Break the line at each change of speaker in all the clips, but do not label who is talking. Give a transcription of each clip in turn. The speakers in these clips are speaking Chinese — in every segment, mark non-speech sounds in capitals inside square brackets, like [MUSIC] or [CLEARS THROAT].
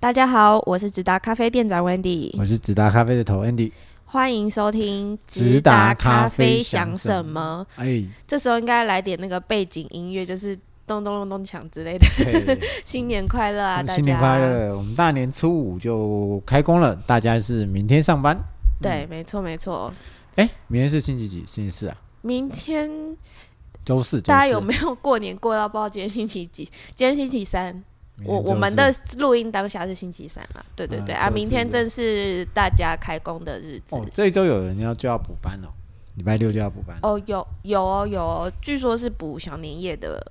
大家好，我是直达咖啡店长 Wendy，
我是直达咖啡的头 Andy。
欢迎收听《
直达咖
啡
啡
想
想
什
什
么》。
哎，
这时候应该来点那个背景音乐，就是咚咚咚咚锵之
[LAUGHS]
类的。
对，
新年快乐 [LAUGHS] 啊，大家！
嗯新年快！乐！我们大年初五就开工了，大家是明天上班。
对，
嗯
没错没错。
哎，明天是星期几？星期四啊，
明天
周四。周
大家
四
有没有过年过到不知道今天星期几？今天星期三，
明天
我
周
我们
四
的录音当下是星期三啊。对对
嗯
对啊，
周四
明天正是大家开工的日子。
哦，这一周有人要就要补班哦，礼拜六就要补班。
哦，有有哦有哦，据说是补小年夜的，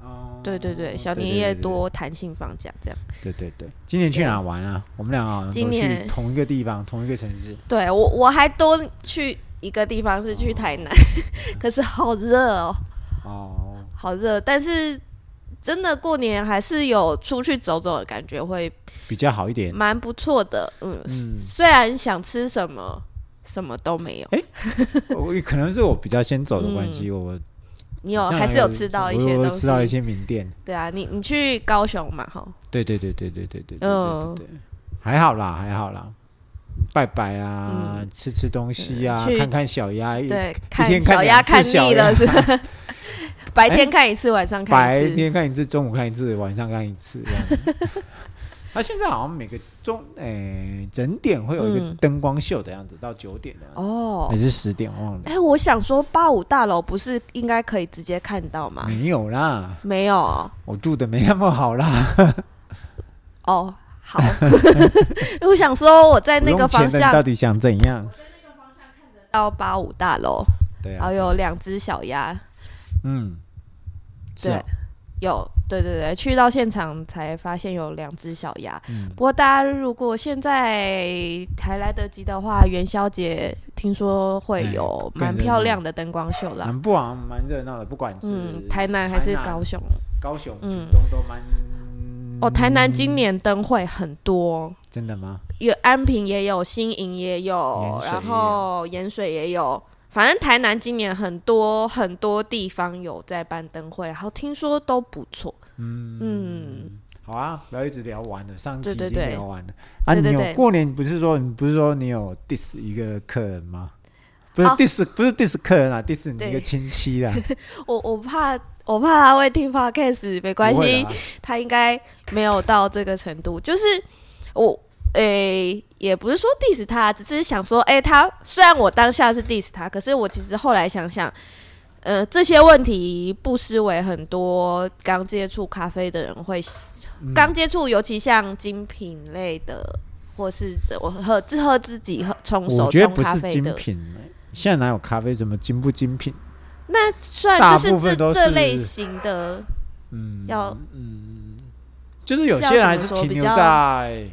哦
对对对，小
对
年
对
夜
对
多弹性放假这样。
对对对，今年去哪玩啊？我们俩好像
今
都
年
去同一个地方，同一个城市。
对我我还多去一个地方是去台南， [LAUGHS] 可是好热哦，
哦，
好热。但是真的过年还是有出去走走的感觉，会
比较好一点。
蛮不错的。嗯，
嗯，
虽然想吃什么什么都没有，
我哦可能是我比较先走的关系，我
嗯你有
好像
还是有吃到一些
我有
东
吃到一
西。
些名店。
对啊，你你去高雄嘛？哈，
对对对对对对对对
嗯
对对，还好啦，还好啦，拜拜啊，吃吃东西
嗯
啊
呃去，
看看小鸭，一
对，
天看
小鸭
两次
看
小
腻
鸭
了是
[LAUGHS]
吧？白天看一次，晚上看
白
一次。
天看一次，中午看一次，晚上看一次这样子。
[LAUGHS]
他现在好像每个中诶整点会有一个
嗯
灯光秀的样子，到九点的样子，
哦
还，是十点忘了
哎、。我想说八五大楼不是应该可以直接看到吗？
没有啦，
没有哦。
我住的没那么好啦，
哦，
[LAUGHS]
好， [LAUGHS] 因为我想说我在 [LAUGHS] 那
不
个
用
方
钱的你到
向
底想怎样？
到八五大楼，
对
然
啊
后，有两只小鸭，
嗯，是
对
啊，
有，对对对，去到现场才发现有两只小鸭。
嗯
不过大家如果现在还来得及的话，元宵节听说会
哎
有
更
蛮
热
漂
闹
亮的灯光秀啦。
蛮不啊，蛮热闹的，不管是
嗯，台南还是
台南
高雄？
高雄、
嗯
屏东都蛮
哦，台南今年灯会很多，
真的吗？
有安平也有，新营也有
盐，水也有
然后盐水也有，反正台南今年很多很多地方有在办灯会，然后听说都不错。
嗯
嗯，
好啊，不要一直聊完了，上
对
集已
对
经
对
聊完了啊。
对对
你
对
有过年不是说你不是说你有 diss 一个客人吗？不是
哦
diss 不是 diss 客人啊，diss 你
对
一个亲
[LAUGHS]
戚啦，
我我怕我怕他会听 podcast，没关
不会
系
啦，，
他应该没有到这个程度。就是我诶、也不是说 diss 他，只是想说，诶、他虽然我当下是 diss 他，可是我其实后来想想。呃，这些问题不失为很多刚接触咖啡的人会
嗯
刚接触，尤其像精品类的，或是我喝自喝自己喝冲手
我觉得
冲
不
咖
是
啡
精
的，
品、欸，现在哪有咖啡怎么精不精品？
那算
大
就是
部分
这
都
这
是
类型的，
嗯，
要
嗯，就是有些人还是停留在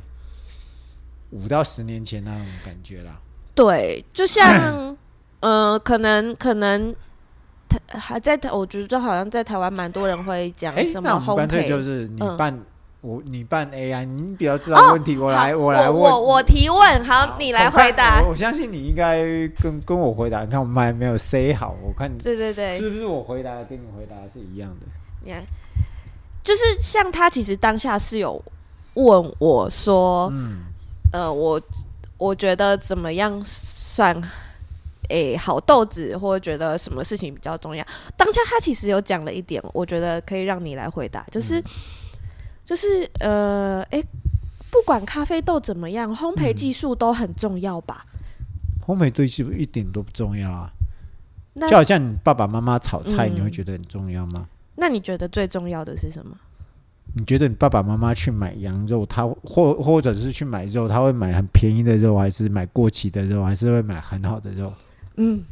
五到十年前那种感觉啦。
对，就像 [CLEARS THROAT] 呃，可能可能台还在台，我觉得好像在台湾蛮多人会讲
哎、
什么
那我们
烘
干脆
焙。
就是你
嗯
办、我，你办 AI，你比较知
哦
道问题，我来
好我
来问。
我我提问，好，你来回答
我看。我。我相信你应该跟跟我回答。你看我们还没有 say 好，我看
对对对，
是不是我回答跟你回答是一样的？
你看，就是像他其实当下是有问我说，
嗯，
呃，我我觉得怎么样算诶、好豆子，或者觉得什么事情比较重要？当下他其实有讲了一点，我觉得可以让你来回答，
嗯
就是、就是呃，诶、不管咖啡豆怎么样，烘
嗯
焙技术都很重要吧？
烘焙对是不是一点都不重要啊？
那
就好像你爸爸妈妈炒菜，
嗯
你会觉得很重要吗？
那你觉得最重要的是什么？
你觉得你爸爸妈妈去买羊肉，他或或者是去买肉，他会买很便宜的肉，还是买过期的肉，还是会买很好的肉？
嗯，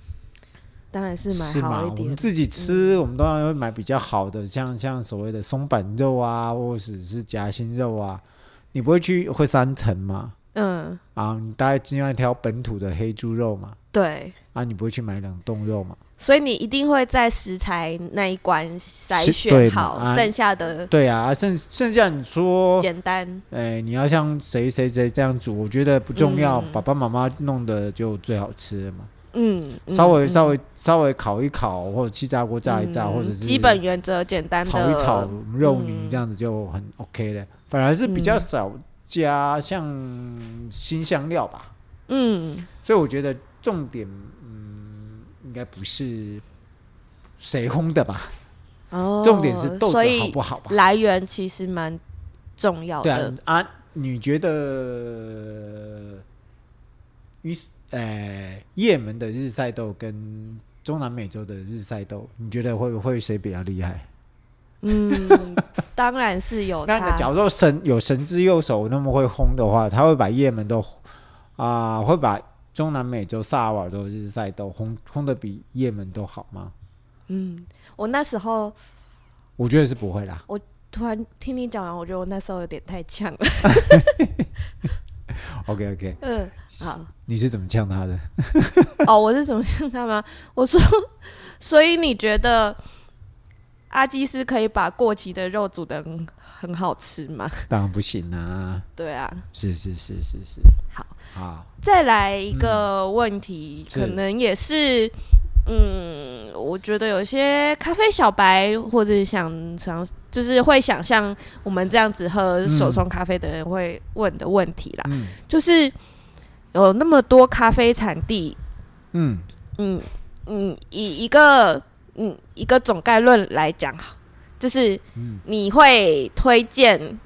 当然是
是
买好
吗
一？
我
点嗯
们。自己吃，我们当然会买比较好的，像像所谓的松板肉啊，或者是夹心肉啊。你不会去会三层吗？
嗯，
啊，你大概尽量挑本土的黑猪肉嘛。
对。
啊，你不会去买冷冻肉嘛？
所以你一定会在食材那一关筛
是对
选
嘛
好，
啊哦
剩下的
对啊，啊剩剩下你说，
简单。
哎，你要像谁谁谁这样煮，我觉得不重要，
嗯
爸爸妈妈弄的就最好吃了嘛。
嗯，嗯
稍微
嗯
稍微稍微烤一烤，或者气炸锅炸一炸，
嗯
或者是
基本原则简单的
嗯炒一炒肉
嗯
泥这样子就很 OK 了。反而是比较少加像新香料吧。
嗯，
所以我觉得重点，嗯，应该不是谁烘的吧，
哦，
重点是
所
豆子好
以
不好吧？
来源其实蛮重要
对
的
啊，啊，你觉得于是呃也门的日晒豆跟中南美洲的日晒豆，你觉得会会谁比较厉害？ [LAUGHS]
嗯，当然是有
那那
差。
假如说神有神之右手那么会烘的话，他会把也门都啊、会把中南美洲萨尔瓦多日晒豆烘烘的比也门都好吗？
嗯，我那时候
我觉得是不会啦。
突然听你讲完，我觉得我那时候有点太呛
[LAUGHS]
了。
OK OK，
嗯，好，
你是怎么呛他的？
哦，我是怎么呛他吗？ [LAUGHS] 我说，所以你觉得阿基斯可以把过期的肉煮的很很好吃吗？
当然不行啊！
对啊，
是是是是是，
好，
好，
再来一个问题，
是
可能也是，嗯，我觉得有些咖啡小白或者想尝，就是会想像我们这样子喝手冲咖啡的人会问的问题啦，
嗯
就是有那么多咖啡产地，
嗯，
嗯嗯，以一个嗯一个总概论来讲，就是你会推荐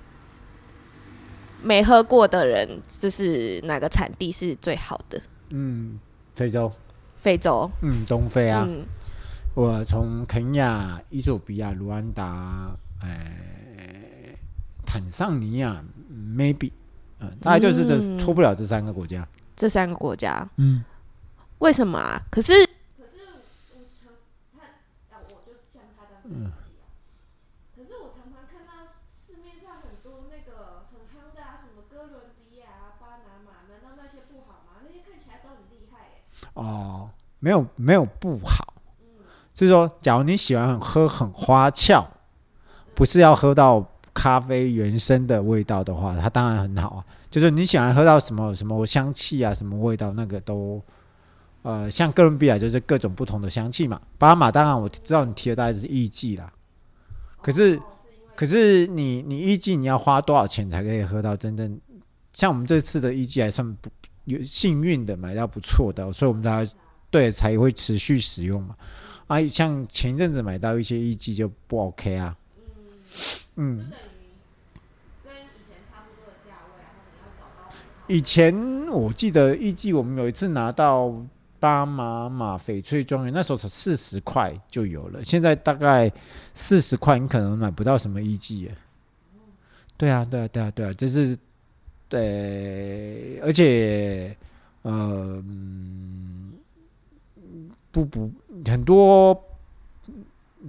没喝过的人，就是哪个产地是最好的？
嗯，非洲，
非洲，
嗯，东非啊，
嗯
我从肯亚、伊索比亚、卢安达，哎，坦桑尼亚，maybe，嗯、大概就是这、
嗯
出不了这三个国家。
这三个国家
嗯，
为什么啊？可是可是我常常看到市面上很多那个很夯的啊，什么哥伦比亚啊、巴拿马，难道那些不好吗？那些看起来都很厉害耶、
哦，没有没有不好，是说，假如你喜欢喝很花俏，不是要喝到咖啡原生的味道的话，它当然很好啊。就是你喜欢喝到什么什么香气啊，什么味道，那个都，呃，像哥伦比亚就是各种不同的香气嘛。巴拿马当然我知道你提的大概是艺妓啦，可是可是你你艺妓你要花多少钱才可以喝到真正像我们这次的艺妓还算不有幸运的买到不错的哦，所以我们才对才会持续使用嘛。啊，像前一阵子买到一些艺妓就不 OK 啊，嗯，以前我记得艺妓，我们有一次拿到巴马马翡翠庄园，那时候才四十块就有了，现在大概四十块，你可能买不到什么艺妓耶。对啊，对啊，对啊，对啊，这是对，而且呃，嗯不不，很多。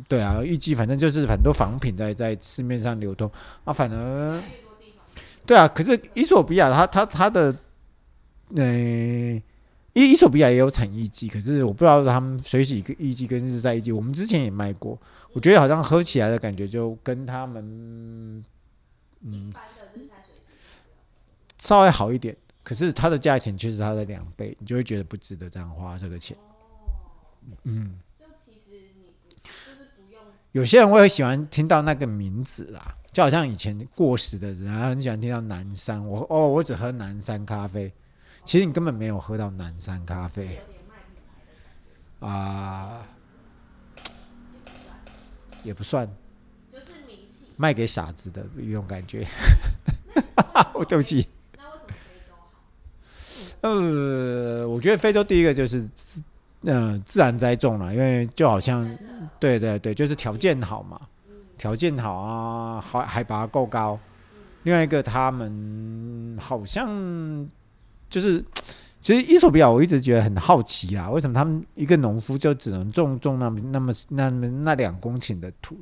对啊，艺妓反正就是很多仿品在在市面上流通啊，反而对啊，可是伊索比亚它它它的，呃，伊伊索比亚也有产艺妓，可是我不知道他们水洗艺妓跟日晒艺妓，我们之前也卖过，我觉得好像喝起来的感觉就跟他们，嗯，稍微好一点，可是它的价钱却是它的两倍，你就会觉得不值得这样花这个钱。嗯，有些人会喜欢听到那个名字啊，就好像以前过时的人啊，很喜欢听到南山。我哦，我只喝南山咖啡，其实你根本没有喝到南山咖啡。啊、也不算，
就是名气。
卖给傻子的一种感觉。 [LAUGHS] 我对不起。
那为什么非洲好？
呃，我觉得非洲第一个就是自，呃，自然栽种了，因为就好像，
啊
对对对，就是条件好嘛，
嗯
条件好啊，海海拔够高。
嗯
另外一个，他们好像就是，其实伊索比亚我一直觉得很好奇啦，为什么他们一个农夫就只能种种那么那么那么那两公顷的土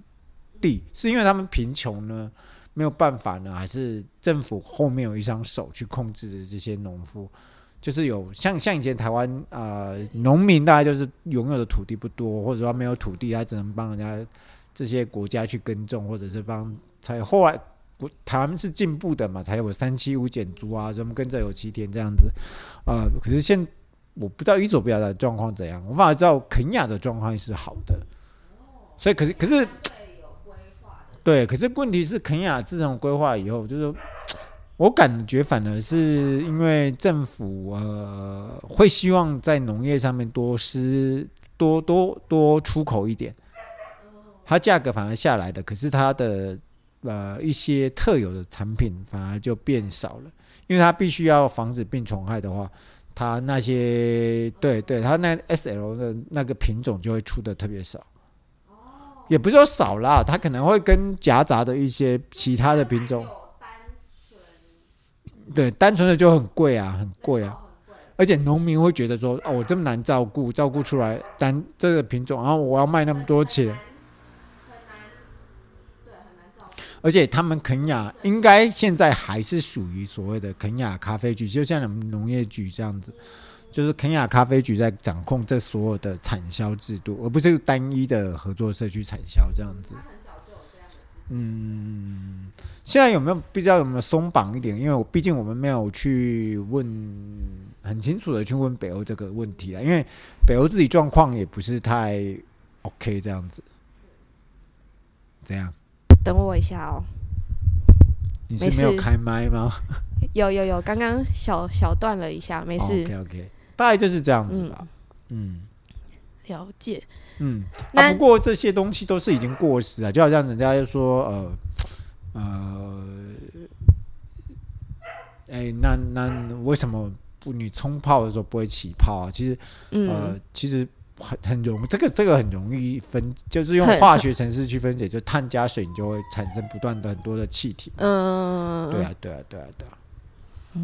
地，是因为他们贫穷呢？没有办法呢，还是政府后面有一双手去控制着这些农夫，就是有像像以前台湾呃农民大概就是拥有的土地不多，或者说没有土地，他只能帮人家这些国家去耕种，或者是帮才后来国台湾是进步的嘛，才有三七五减租啊，什么跟着有七天这样子，呃，可是现我不知道伊索比亚的状况怎样，我反而知道肯亚的状况是好的，所以可是可是。对，可是问题是，肯雅自从规划以后，就是我感觉反而是因为政府呃会希望在农业上面多施多多多出口一点，它价格反而下来的，可是它的呃一些特有的产品反而就变少了，因为它必须要防止病虫害的话，它那些对对，它那 S L 的那个品种就会出的特别少。也不是说少啦，它可能会跟夹杂的一些其他的品种，对，单纯的就很贵啊，很贵啊，而且农民会觉得说，哦，我这么难照顾，照顾出来单这个品种，然后我要卖那么多钱，而且他们肯雅应该现在还是属于所谓的肯雅咖啡局，就像我们农业局这样子，就是肯雅咖啡局在掌控这所有的产销制度，而不是单一的合作社区产销这样子。嗯，现在有没有不知道有没有松绑一点？因为我毕竟我们没有去问很清楚的去问北欧这个问题啊，因为北欧自己状况也不是太 OK 这样子。怎样？
等我一下哦。
你
没
是
事
没有开麦吗？
有有有，刚刚小小断了一下，没事。
OK OK，大哦概就是这样子吧。嗯
了解。
嗯
那、
啊，不过这些东西都是已经过时了，就好像人家就说呃呃，哎、那那为什么不你冲泡的时候不会起泡啊？其实呃，
嗯，
其实很很容这个这个很容易分，就是用
很
化学程式去分解，就碳加水，你就会产生不断的很多的气体。
嗯，
对啊，对啊，对啊，对啊。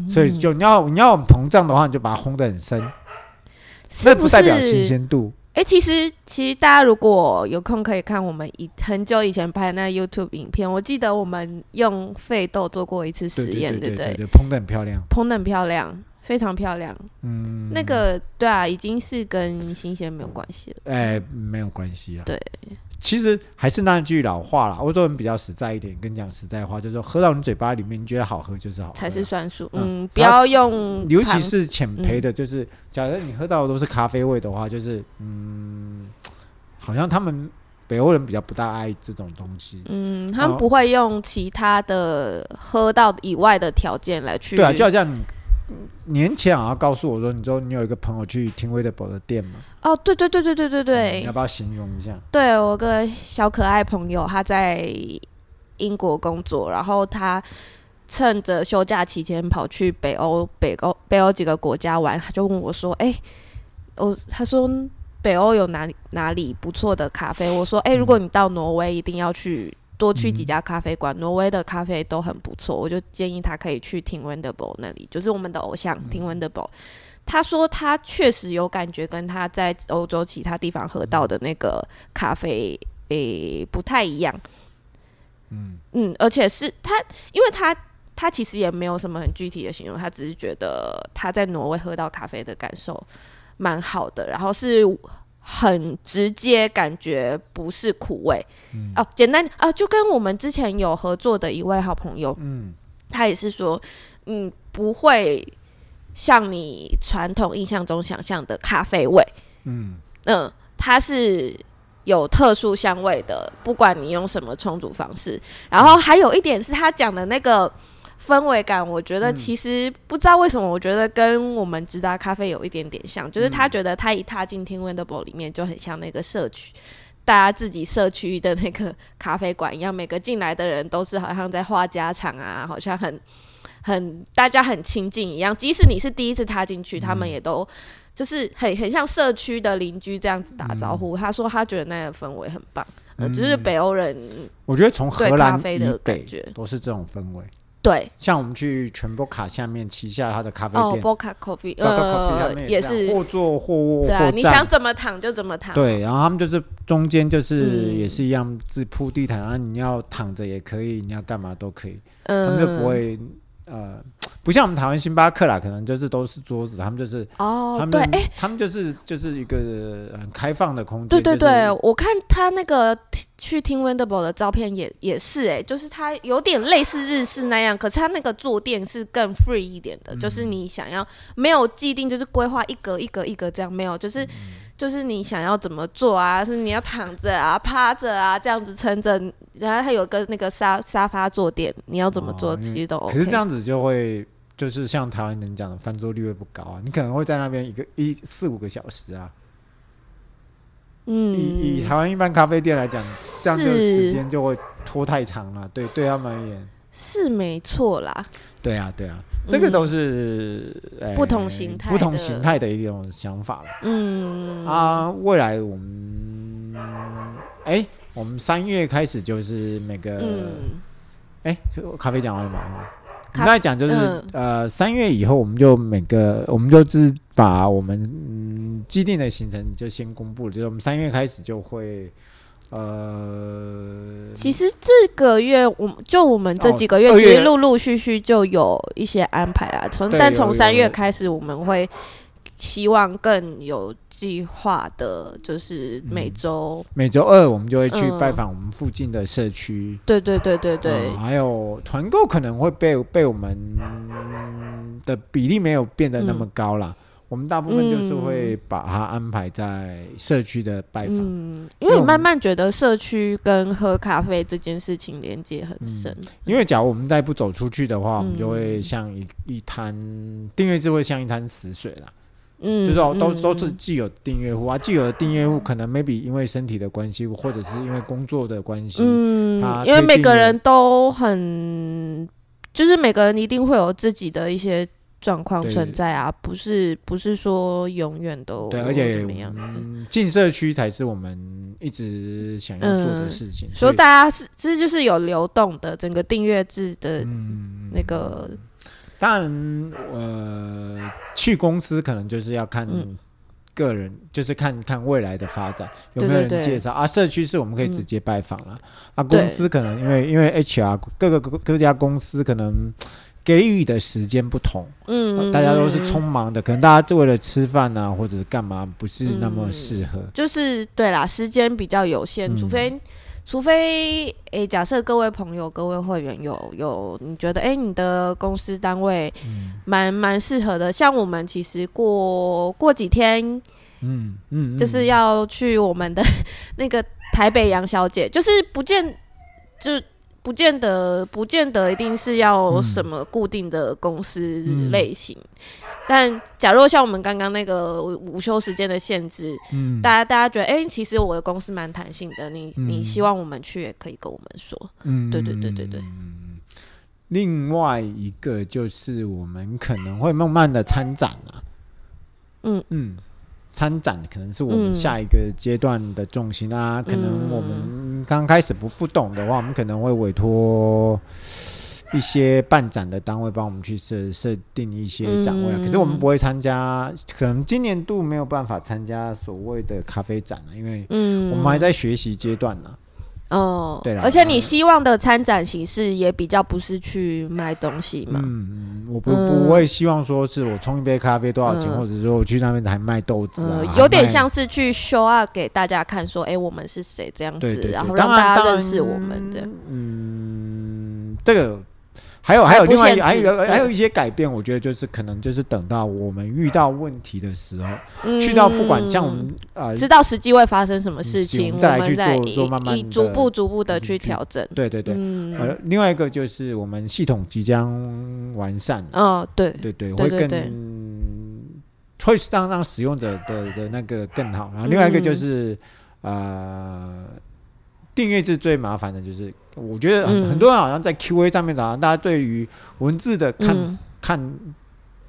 所以就你要你要很膨胀的话，你就把它烘得很深，
是
那
不
不
是？
代表新鲜度。
哎、其实其实大家如果有空可以看我们以很久以前拍的那 YouTube 影片，我记得我们用痱豆做过一次
对
实验，
对
不
对？对，烹得很漂亮。
烹的很漂亮，非常漂亮。
嗯，
那个对啊，已经是跟新鲜没有关系了。
哎，没有关系啦。
对，
其实还是那句老话啦，欧洲人比较实在一点，跟你讲实在话，就是说喝到你嘴巴里面，你觉得好喝就是好喝啦，
才是算数，
嗯
嗯，不要用糖，
尤其是浅焙
嗯
的，就是、假如你喝到的都是咖啡味的话，就是嗯，好像他们北欧人比较不大爱这种东西。
嗯，他
哦
们不会用其他的喝到以外的条件来去，
对啊，就好像你年前好像告诉我说，你说你有一个朋友去听 w a i t a b l e 的店嘛，嗯
哦，对对对对对对
你
对
要，不要形容一下？
对我有个小可爱朋友，他在英国工作，然后他趁着休假期间跑去北欧、北欧、北欧几个国家玩，他就问我说：“哎、我他说北欧有哪里哪里不错的咖啡？”我说：“哎、如果你到挪威，一定要去。”多去几家咖啡馆，挪威的咖啡都很不错，我就建议他可以去听 w e n d e b o 那里，就是我们的偶像听 w e n d e b o 他说他确实有感觉，跟他在欧洲其他地方喝到的那个咖啡诶、不太一样。
嗯，
嗯，而且是他，因为他他其实也没有什么很具体的形容，他只是觉得他在挪威喝到咖啡的感受蛮好的，然后是很直接，感觉不是苦味。哦，简单啊、就跟我们之前有合作的一位好朋友，
嗯，
他也是说，嗯，不会像你传统印象中想象的咖啡味。
嗯，
嗯，它是有特殊香味的，不管你用什么冲煮方式。然后还有一点是他讲的那个氛围感，我觉得其实不知道为什么，我觉得跟我们直达咖啡有一点点像，就是他觉得他一踏进 Tin Wonderful 里面就很像那个社区。大家自己社区的那个咖啡馆一样，每个进来的人都是好像在话家常啊，好像很很大家很亲近一样。即使你是第一次踏进去，他们也都就是很很像社区的邻居这样子打招
嗯
呼。他说他觉得那个氛围很棒，呃，只、是北欧人
我觉得从嗯荷
对咖
兰
啡
以
的
北
感觉
都是这种氛围。
对
像我们去全波卡下面旗下它的咖啡
哦
店，
，Boca Coffee，
Coffee 他
呃，
们
也
这样
是
或坐或卧
对啊，
或
你想
站。
怎么躺就怎么躺，
对，然后他们就是中间就是
嗯
也是一样，自铺地毯，然后你要躺着也可以，你要干嘛都可以，他
嗯，
们就不会呃，不像我们台湾星巴克啦，可能就是都是桌子，他们就是他
哦，
们
对，哎，
他们就是就是一个很开放的空间，
对对
就是
对，我看他那个去听 Wendable 的照片也也是哎、就是他有点类似日式那样，可是他那个坐垫是更 free
嗯嗯
一点的，就是你想要没有既定，就是规划一格一格一格这样，没有，就是就是你想要怎么做啊？是你要躺着啊、趴着啊这样子撑着，然后它有个那个沙沙发坐垫，你要怎么做
哦
其实都 OK。
可是这样子就会，就是像台湾人讲的，翻桌率会不高啊。你可能会在那边一个一四五个小时啊。以以
嗯，
台湾一般咖啡店来讲，这样就是时间就会拖太长了。对，对他们而言，
是没错啦。
对啊，对啊，这个
嗯
都是、呃
不同形态
不同
的
形态的一种想法了、
嗯
啊。未来我们，哎、我们三月开始就是每个，
嗯，
哎、就咖啡讲完了嘛？哦
咖
你刚才讲就是、
嗯
呃，三月以后我们就每个，我们就是把我们嗯既定的行程就先公布了，就是我们三月开始就会呃，
其实这个月我们就我们这几个月，
哦二
其
月
实陆陆续续就有一些安排啊。从
对
但
有
从
有
三月
有
开始，我们会希望更有计划的，就是每周。
每周二我们就会去
嗯
拜访我们附近的社区。
对对对对对，
嗯还有团购可能会被被我们的比例没有变得那
嗯
么高啦。我们大部分就是会把它安排在社区的拜访。
嗯，因
因为
为你
我们
慢慢觉得社区跟喝咖啡这件事情连接很深。
因为假如我们再不走出去的话，我们就会
嗯
像一一滩订阅制会像一滩死水啦。
嗯，
就是说都
嗯
都是既有订阅户啊，既有的订阅户可能 maybe 因为身体的关系，或者是因为工作的关系，
嗯
它，
因为
推
每
定
个
了
人都很，就是每个人一定会有自己的一些状况
对
存在啊，不是不是说永远都
对，而且嗯
怎
我
么样。
们进社区才是我们一直想要做的
嗯
事情。所
所
以
以大家是这就是有流动的整个订阅制的
嗯
那个，
当然，呃，去公司可能就是要看
嗯
个人，就是看看未来的发展有
对
没
对
有人
对嗯
介绍啊。社区是我们可以直接拜访了、啊，
对
公司可能因为因为 HR 各个各各家公司可能给予的时间不同、
嗯，
大家都是匆忙的，可能大家为了吃饭啊或者是干嘛不是那
嗯
么适合。
就是对啦，时间比较有限，
嗯
除非除非诶、假设各位朋友、各位会员有有，你觉得诶、你的公司单位
嗯
蛮蛮适合的，像我们其实过过几天
嗯嗯，嗯
就是要去我们的 [LAUGHS] 那个台北杨小姐，就是不见就。不见得，不见得一定是要
嗯
什么固定的公司
嗯
类型，但假若像我们刚刚那个午休时间的限制，
嗯
大家大家觉得，哎、其实我的公司蛮弹性的，你你
嗯
希望我们去也可以跟我们说。
嗯
对对对对对。
另外一个就是我们可能会慢慢的参展啊，
嗯
嗯，参展可能是我们
嗯
下一个阶段的重心啊。可能我们刚开始不不懂的话，我们可能会委托一些办展的单位帮我们去设设定一些展位啊。
嗯
可是我们不会参加，可能今年度没有办法参加所谓的咖啡展啊，因为
嗯
我们还在学习阶段啊呢、
哦，
对啦
而且你希望的参展形式也比较不是去卖东西嘛。
嗯，嗯，我不
嗯
不会希望说是我冲一杯咖啡多少钱，
嗯
或者说我去那边还卖豆子啊
呃，，
还
有点
卖
像是去 show up 给大家看，说，哎、我们是谁这样子，
对对对
然后
当
让
然
大
当
家
然
认识我们这样。
嗯，这个还有还有
不
另外一
限
还有
制嗯
还有一些改变，我觉得就是可能就是等到我们遇到问题的时候，
嗯
去到不管像我们呃
知道实际会发生什么事
嗯
情，
我们再来
我
去
们再
做
以
做慢慢
以
的
逐步逐步的
去
去
去
调整。
对对对，
嗯，
呃，另外一个就是我们系统即将完善，
哦，对，
对对，
对
会
对
更
对
会让让使用者的的那个更好。
嗯
然后另外一个就是、呃，订阅制最麻烦的就是，我觉得很、
嗯
很多人好像在 Q&A 上面，好像大家对于文字的看、
嗯，
看。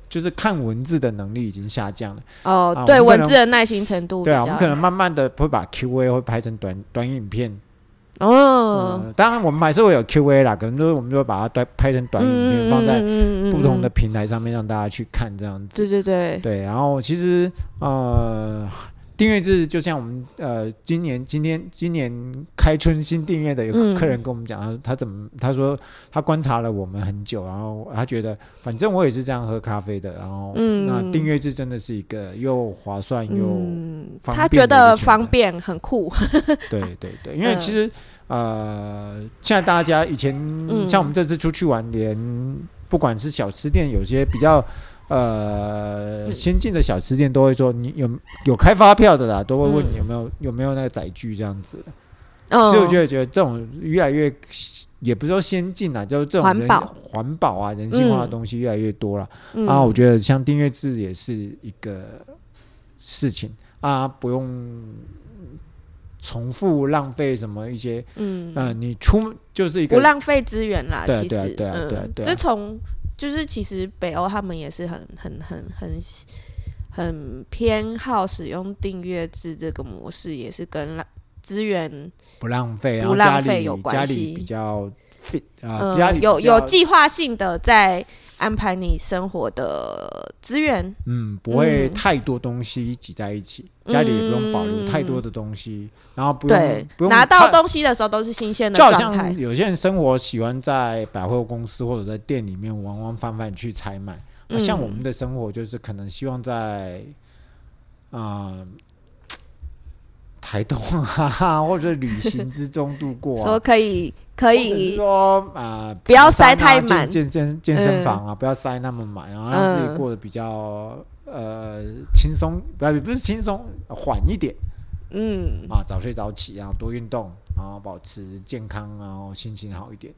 就是看文字的能力已经下降了，
哦，
啊
对，
我们可
文
能
字的耐心程度比
对啊，
较，
我们可能慢慢的会把 Q&A 会拍成短短影片，
哦，
嗯，当然我们还是会有 Q&A 啦，可能就是我们就会把它短拍成短影
嗯
片，放在
在
不同的平台上面让大家去看这样子。
对对对，
对，然后其实呃，订阅制就像我们呃，今年今天今年开春新订阅的有
嗯
客人跟我们讲，他他怎么他说他观察了我们很久，然后他觉得反正我也是这样喝咖啡的，然后、
嗯
那订阅制真的是一个又划算又、
嗯，
方
他
便
觉
的一
得
个选
方
择
便很
[LAUGHS]
酷， [LAUGHS]
对对对，因为
嗯
其实、呃，现在大家以前、
嗯
像我们这次出去玩，连不管是小吃店，有些比较
嗯
呃先进的小吃店都会说你有有开发票的啦，都会问你有没有、有没有那个载具这样子。
嗯，
所以我就觉得这种越来越也不是说先进啦，就是这种
环
人
保
环保啊、人性化的东西越来越多了。
嗯
啊，我觉得像订阅制也是一个事情啊，不用重复浪费什么一些，
嗯
呃，你出门就是一
不
个
浪费资源啦，
对啊
其
对啊
实，
对啊对啊
嗯，
对啊
这从就是其实北欧他们也是很很很很很偏好使用订阅制这个模式，也是跟啦资源
不浪费，然
不
后家
浪费
里
有关
家
系
里比较 fit 啊、
呃
家里
有
比较
有计划性的在安排你生活的资源，
嗯，不会
嗯
太多东西挤在一起，家里也不用保留太多的东西，然后不用
对
不，用
拿到
太
东西的时候都是新鲜的
就好
状态
像，有些人生活喜欢在百货公司或者在店里面玩玩翻翻去采买，
嗯
那、啊像我们的生活就是可能希望在啊、呃台东啊或者旅行之中度
[LAUGHS]
过、
说
啊。
可以可
或者是
以，
说啊、呃
不要
爬山
塞太
啊健
满
健身健身房啊，不要塞那么满，然后让自己
嗯
过得比较、呃轻松，不要不是轻松，缓一点。
嗯，
啊，早睡早起啊，多运动，然后保持健康，然后心情好一点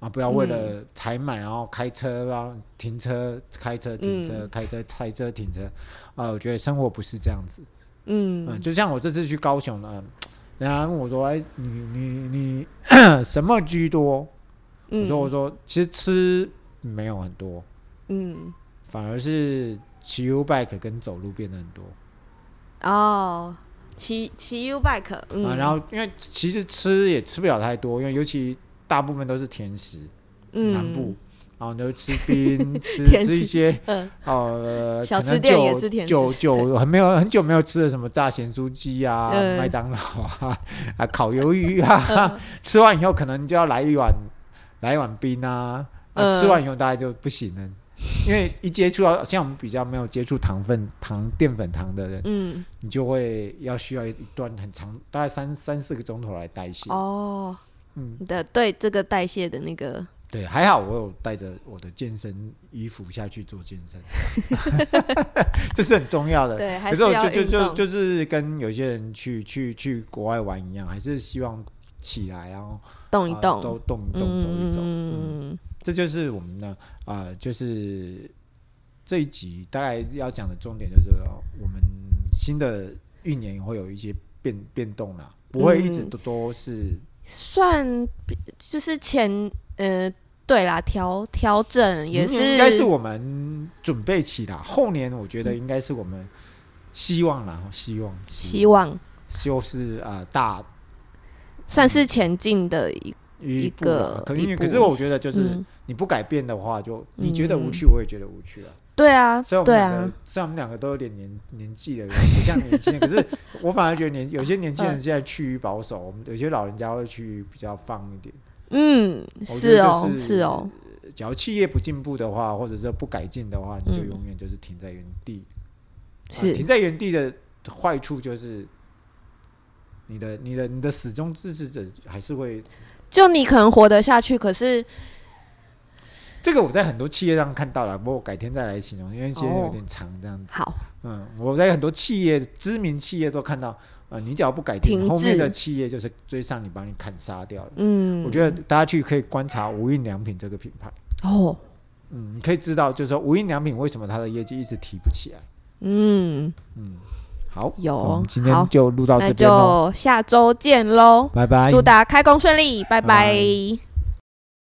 啊，不要为了
嗯
采买然后开车啊，停车、开车、停车、
嗯
开车、开车、停车啊，我觉得生活不是这样子。嗯，
嗯，
就像我这次去高雄呢，人家问我说：“哎，你你 [CLEARS THROAT] 你什么居多？”我
嗯，
说：“我说其实吃没有很多，
嗯，
反而是骑 U bike 跟走路变得很多。”
哦，骑骑 U bike，嗯，
啊，然后因为其实吃也吃不了太多，因为尤其大部分都是甜食，
嗯
南部，然后你就吃
[LAUGHS]
冰，吃
甜
吃一
食
些
嗯
呃，
小
可
吃
能
店
久
也是甜
久
食
久很没有很久没有吃的什么炸咸酥鸡啊、
嗯
麦当劳啊、 [LAUGHS] 啊烤鱿鱼啊， [LAUGHS] 吃完以后可能你就要来一碗来一碗冰啊，啊吃
嗯
完以后大概就不行了。因为一接触到像我们比较没有接触糖分、糖淀粉糖的人，
嗯，
你就会要需要一段很长，大概三三四个钟头来代谢。
哦，
嗯，
你的对这个代谢的那个，
对，还好我有带着我的健身衣服下去做健
[LAUGHS]
身， [LAUGHS] 这是很重要的。
对，还
可是我
要
就就
运
就
动，
就是跟有些人去去去国外玩一样，还是希望起来然后
动一
啊
动，
都动一动，走一走。嗯，
嗯，
这就是我们呢啊、就是这一集大概要讲的重点，就是我们新的一年会有一些变变动啦，不会一直
嗯
都都是
算就是前呃，对啦，调调整也
明
是
年，嗯应该是我们准备起啦。后年我觉
嗯
得应该是我们希望啦，希望
希望
就是啊、呃大
算是前进的一
一
一
步啦
个
可
一
是可
步
是我觉得就是
嗯，
你不改变的话，就你觉得无
嗯
趣，我也觉得无趣啊。
对啊，
虽然我
对
们两个
啊，
虽然我们两个都有点年年纪了，不像年
[LAUGHS]
轻人，可是我反而觉得年有些年轻人现在趋于保守，我们有些老人家会去比较放一点。
嗯，
觉得
是哦
就，是呃
是哦，
只要企业不进步的话，或者是不改进的话，你就
嗯
永远就是停在原地。啊、
是
停在原地的坏处就是，你的、你的、你的始终支持者还是会，
就你可能活得下去，可是
这个我在很多企业上看到了，不过我改天再来形容，因为今天
哦
有点长这样子。
好，
嗯，我在很多企业、知名企业都看到，呃，你只要不改
停
进，
滞
后面的企业就是追上你，把你砍杀掉了。
嗯，
我觉得大家去可以观察无印良品这个品牌，
哦，
嗯，你可以知道，就是说无印良品为什么它的业绩一直提不起来。
嗯，
嗯，好，
有
我们今
哦好
天就录到
那
这边喽，
就下周见喽，
拜拜，
祝大家开工顺利，拜
拜
拜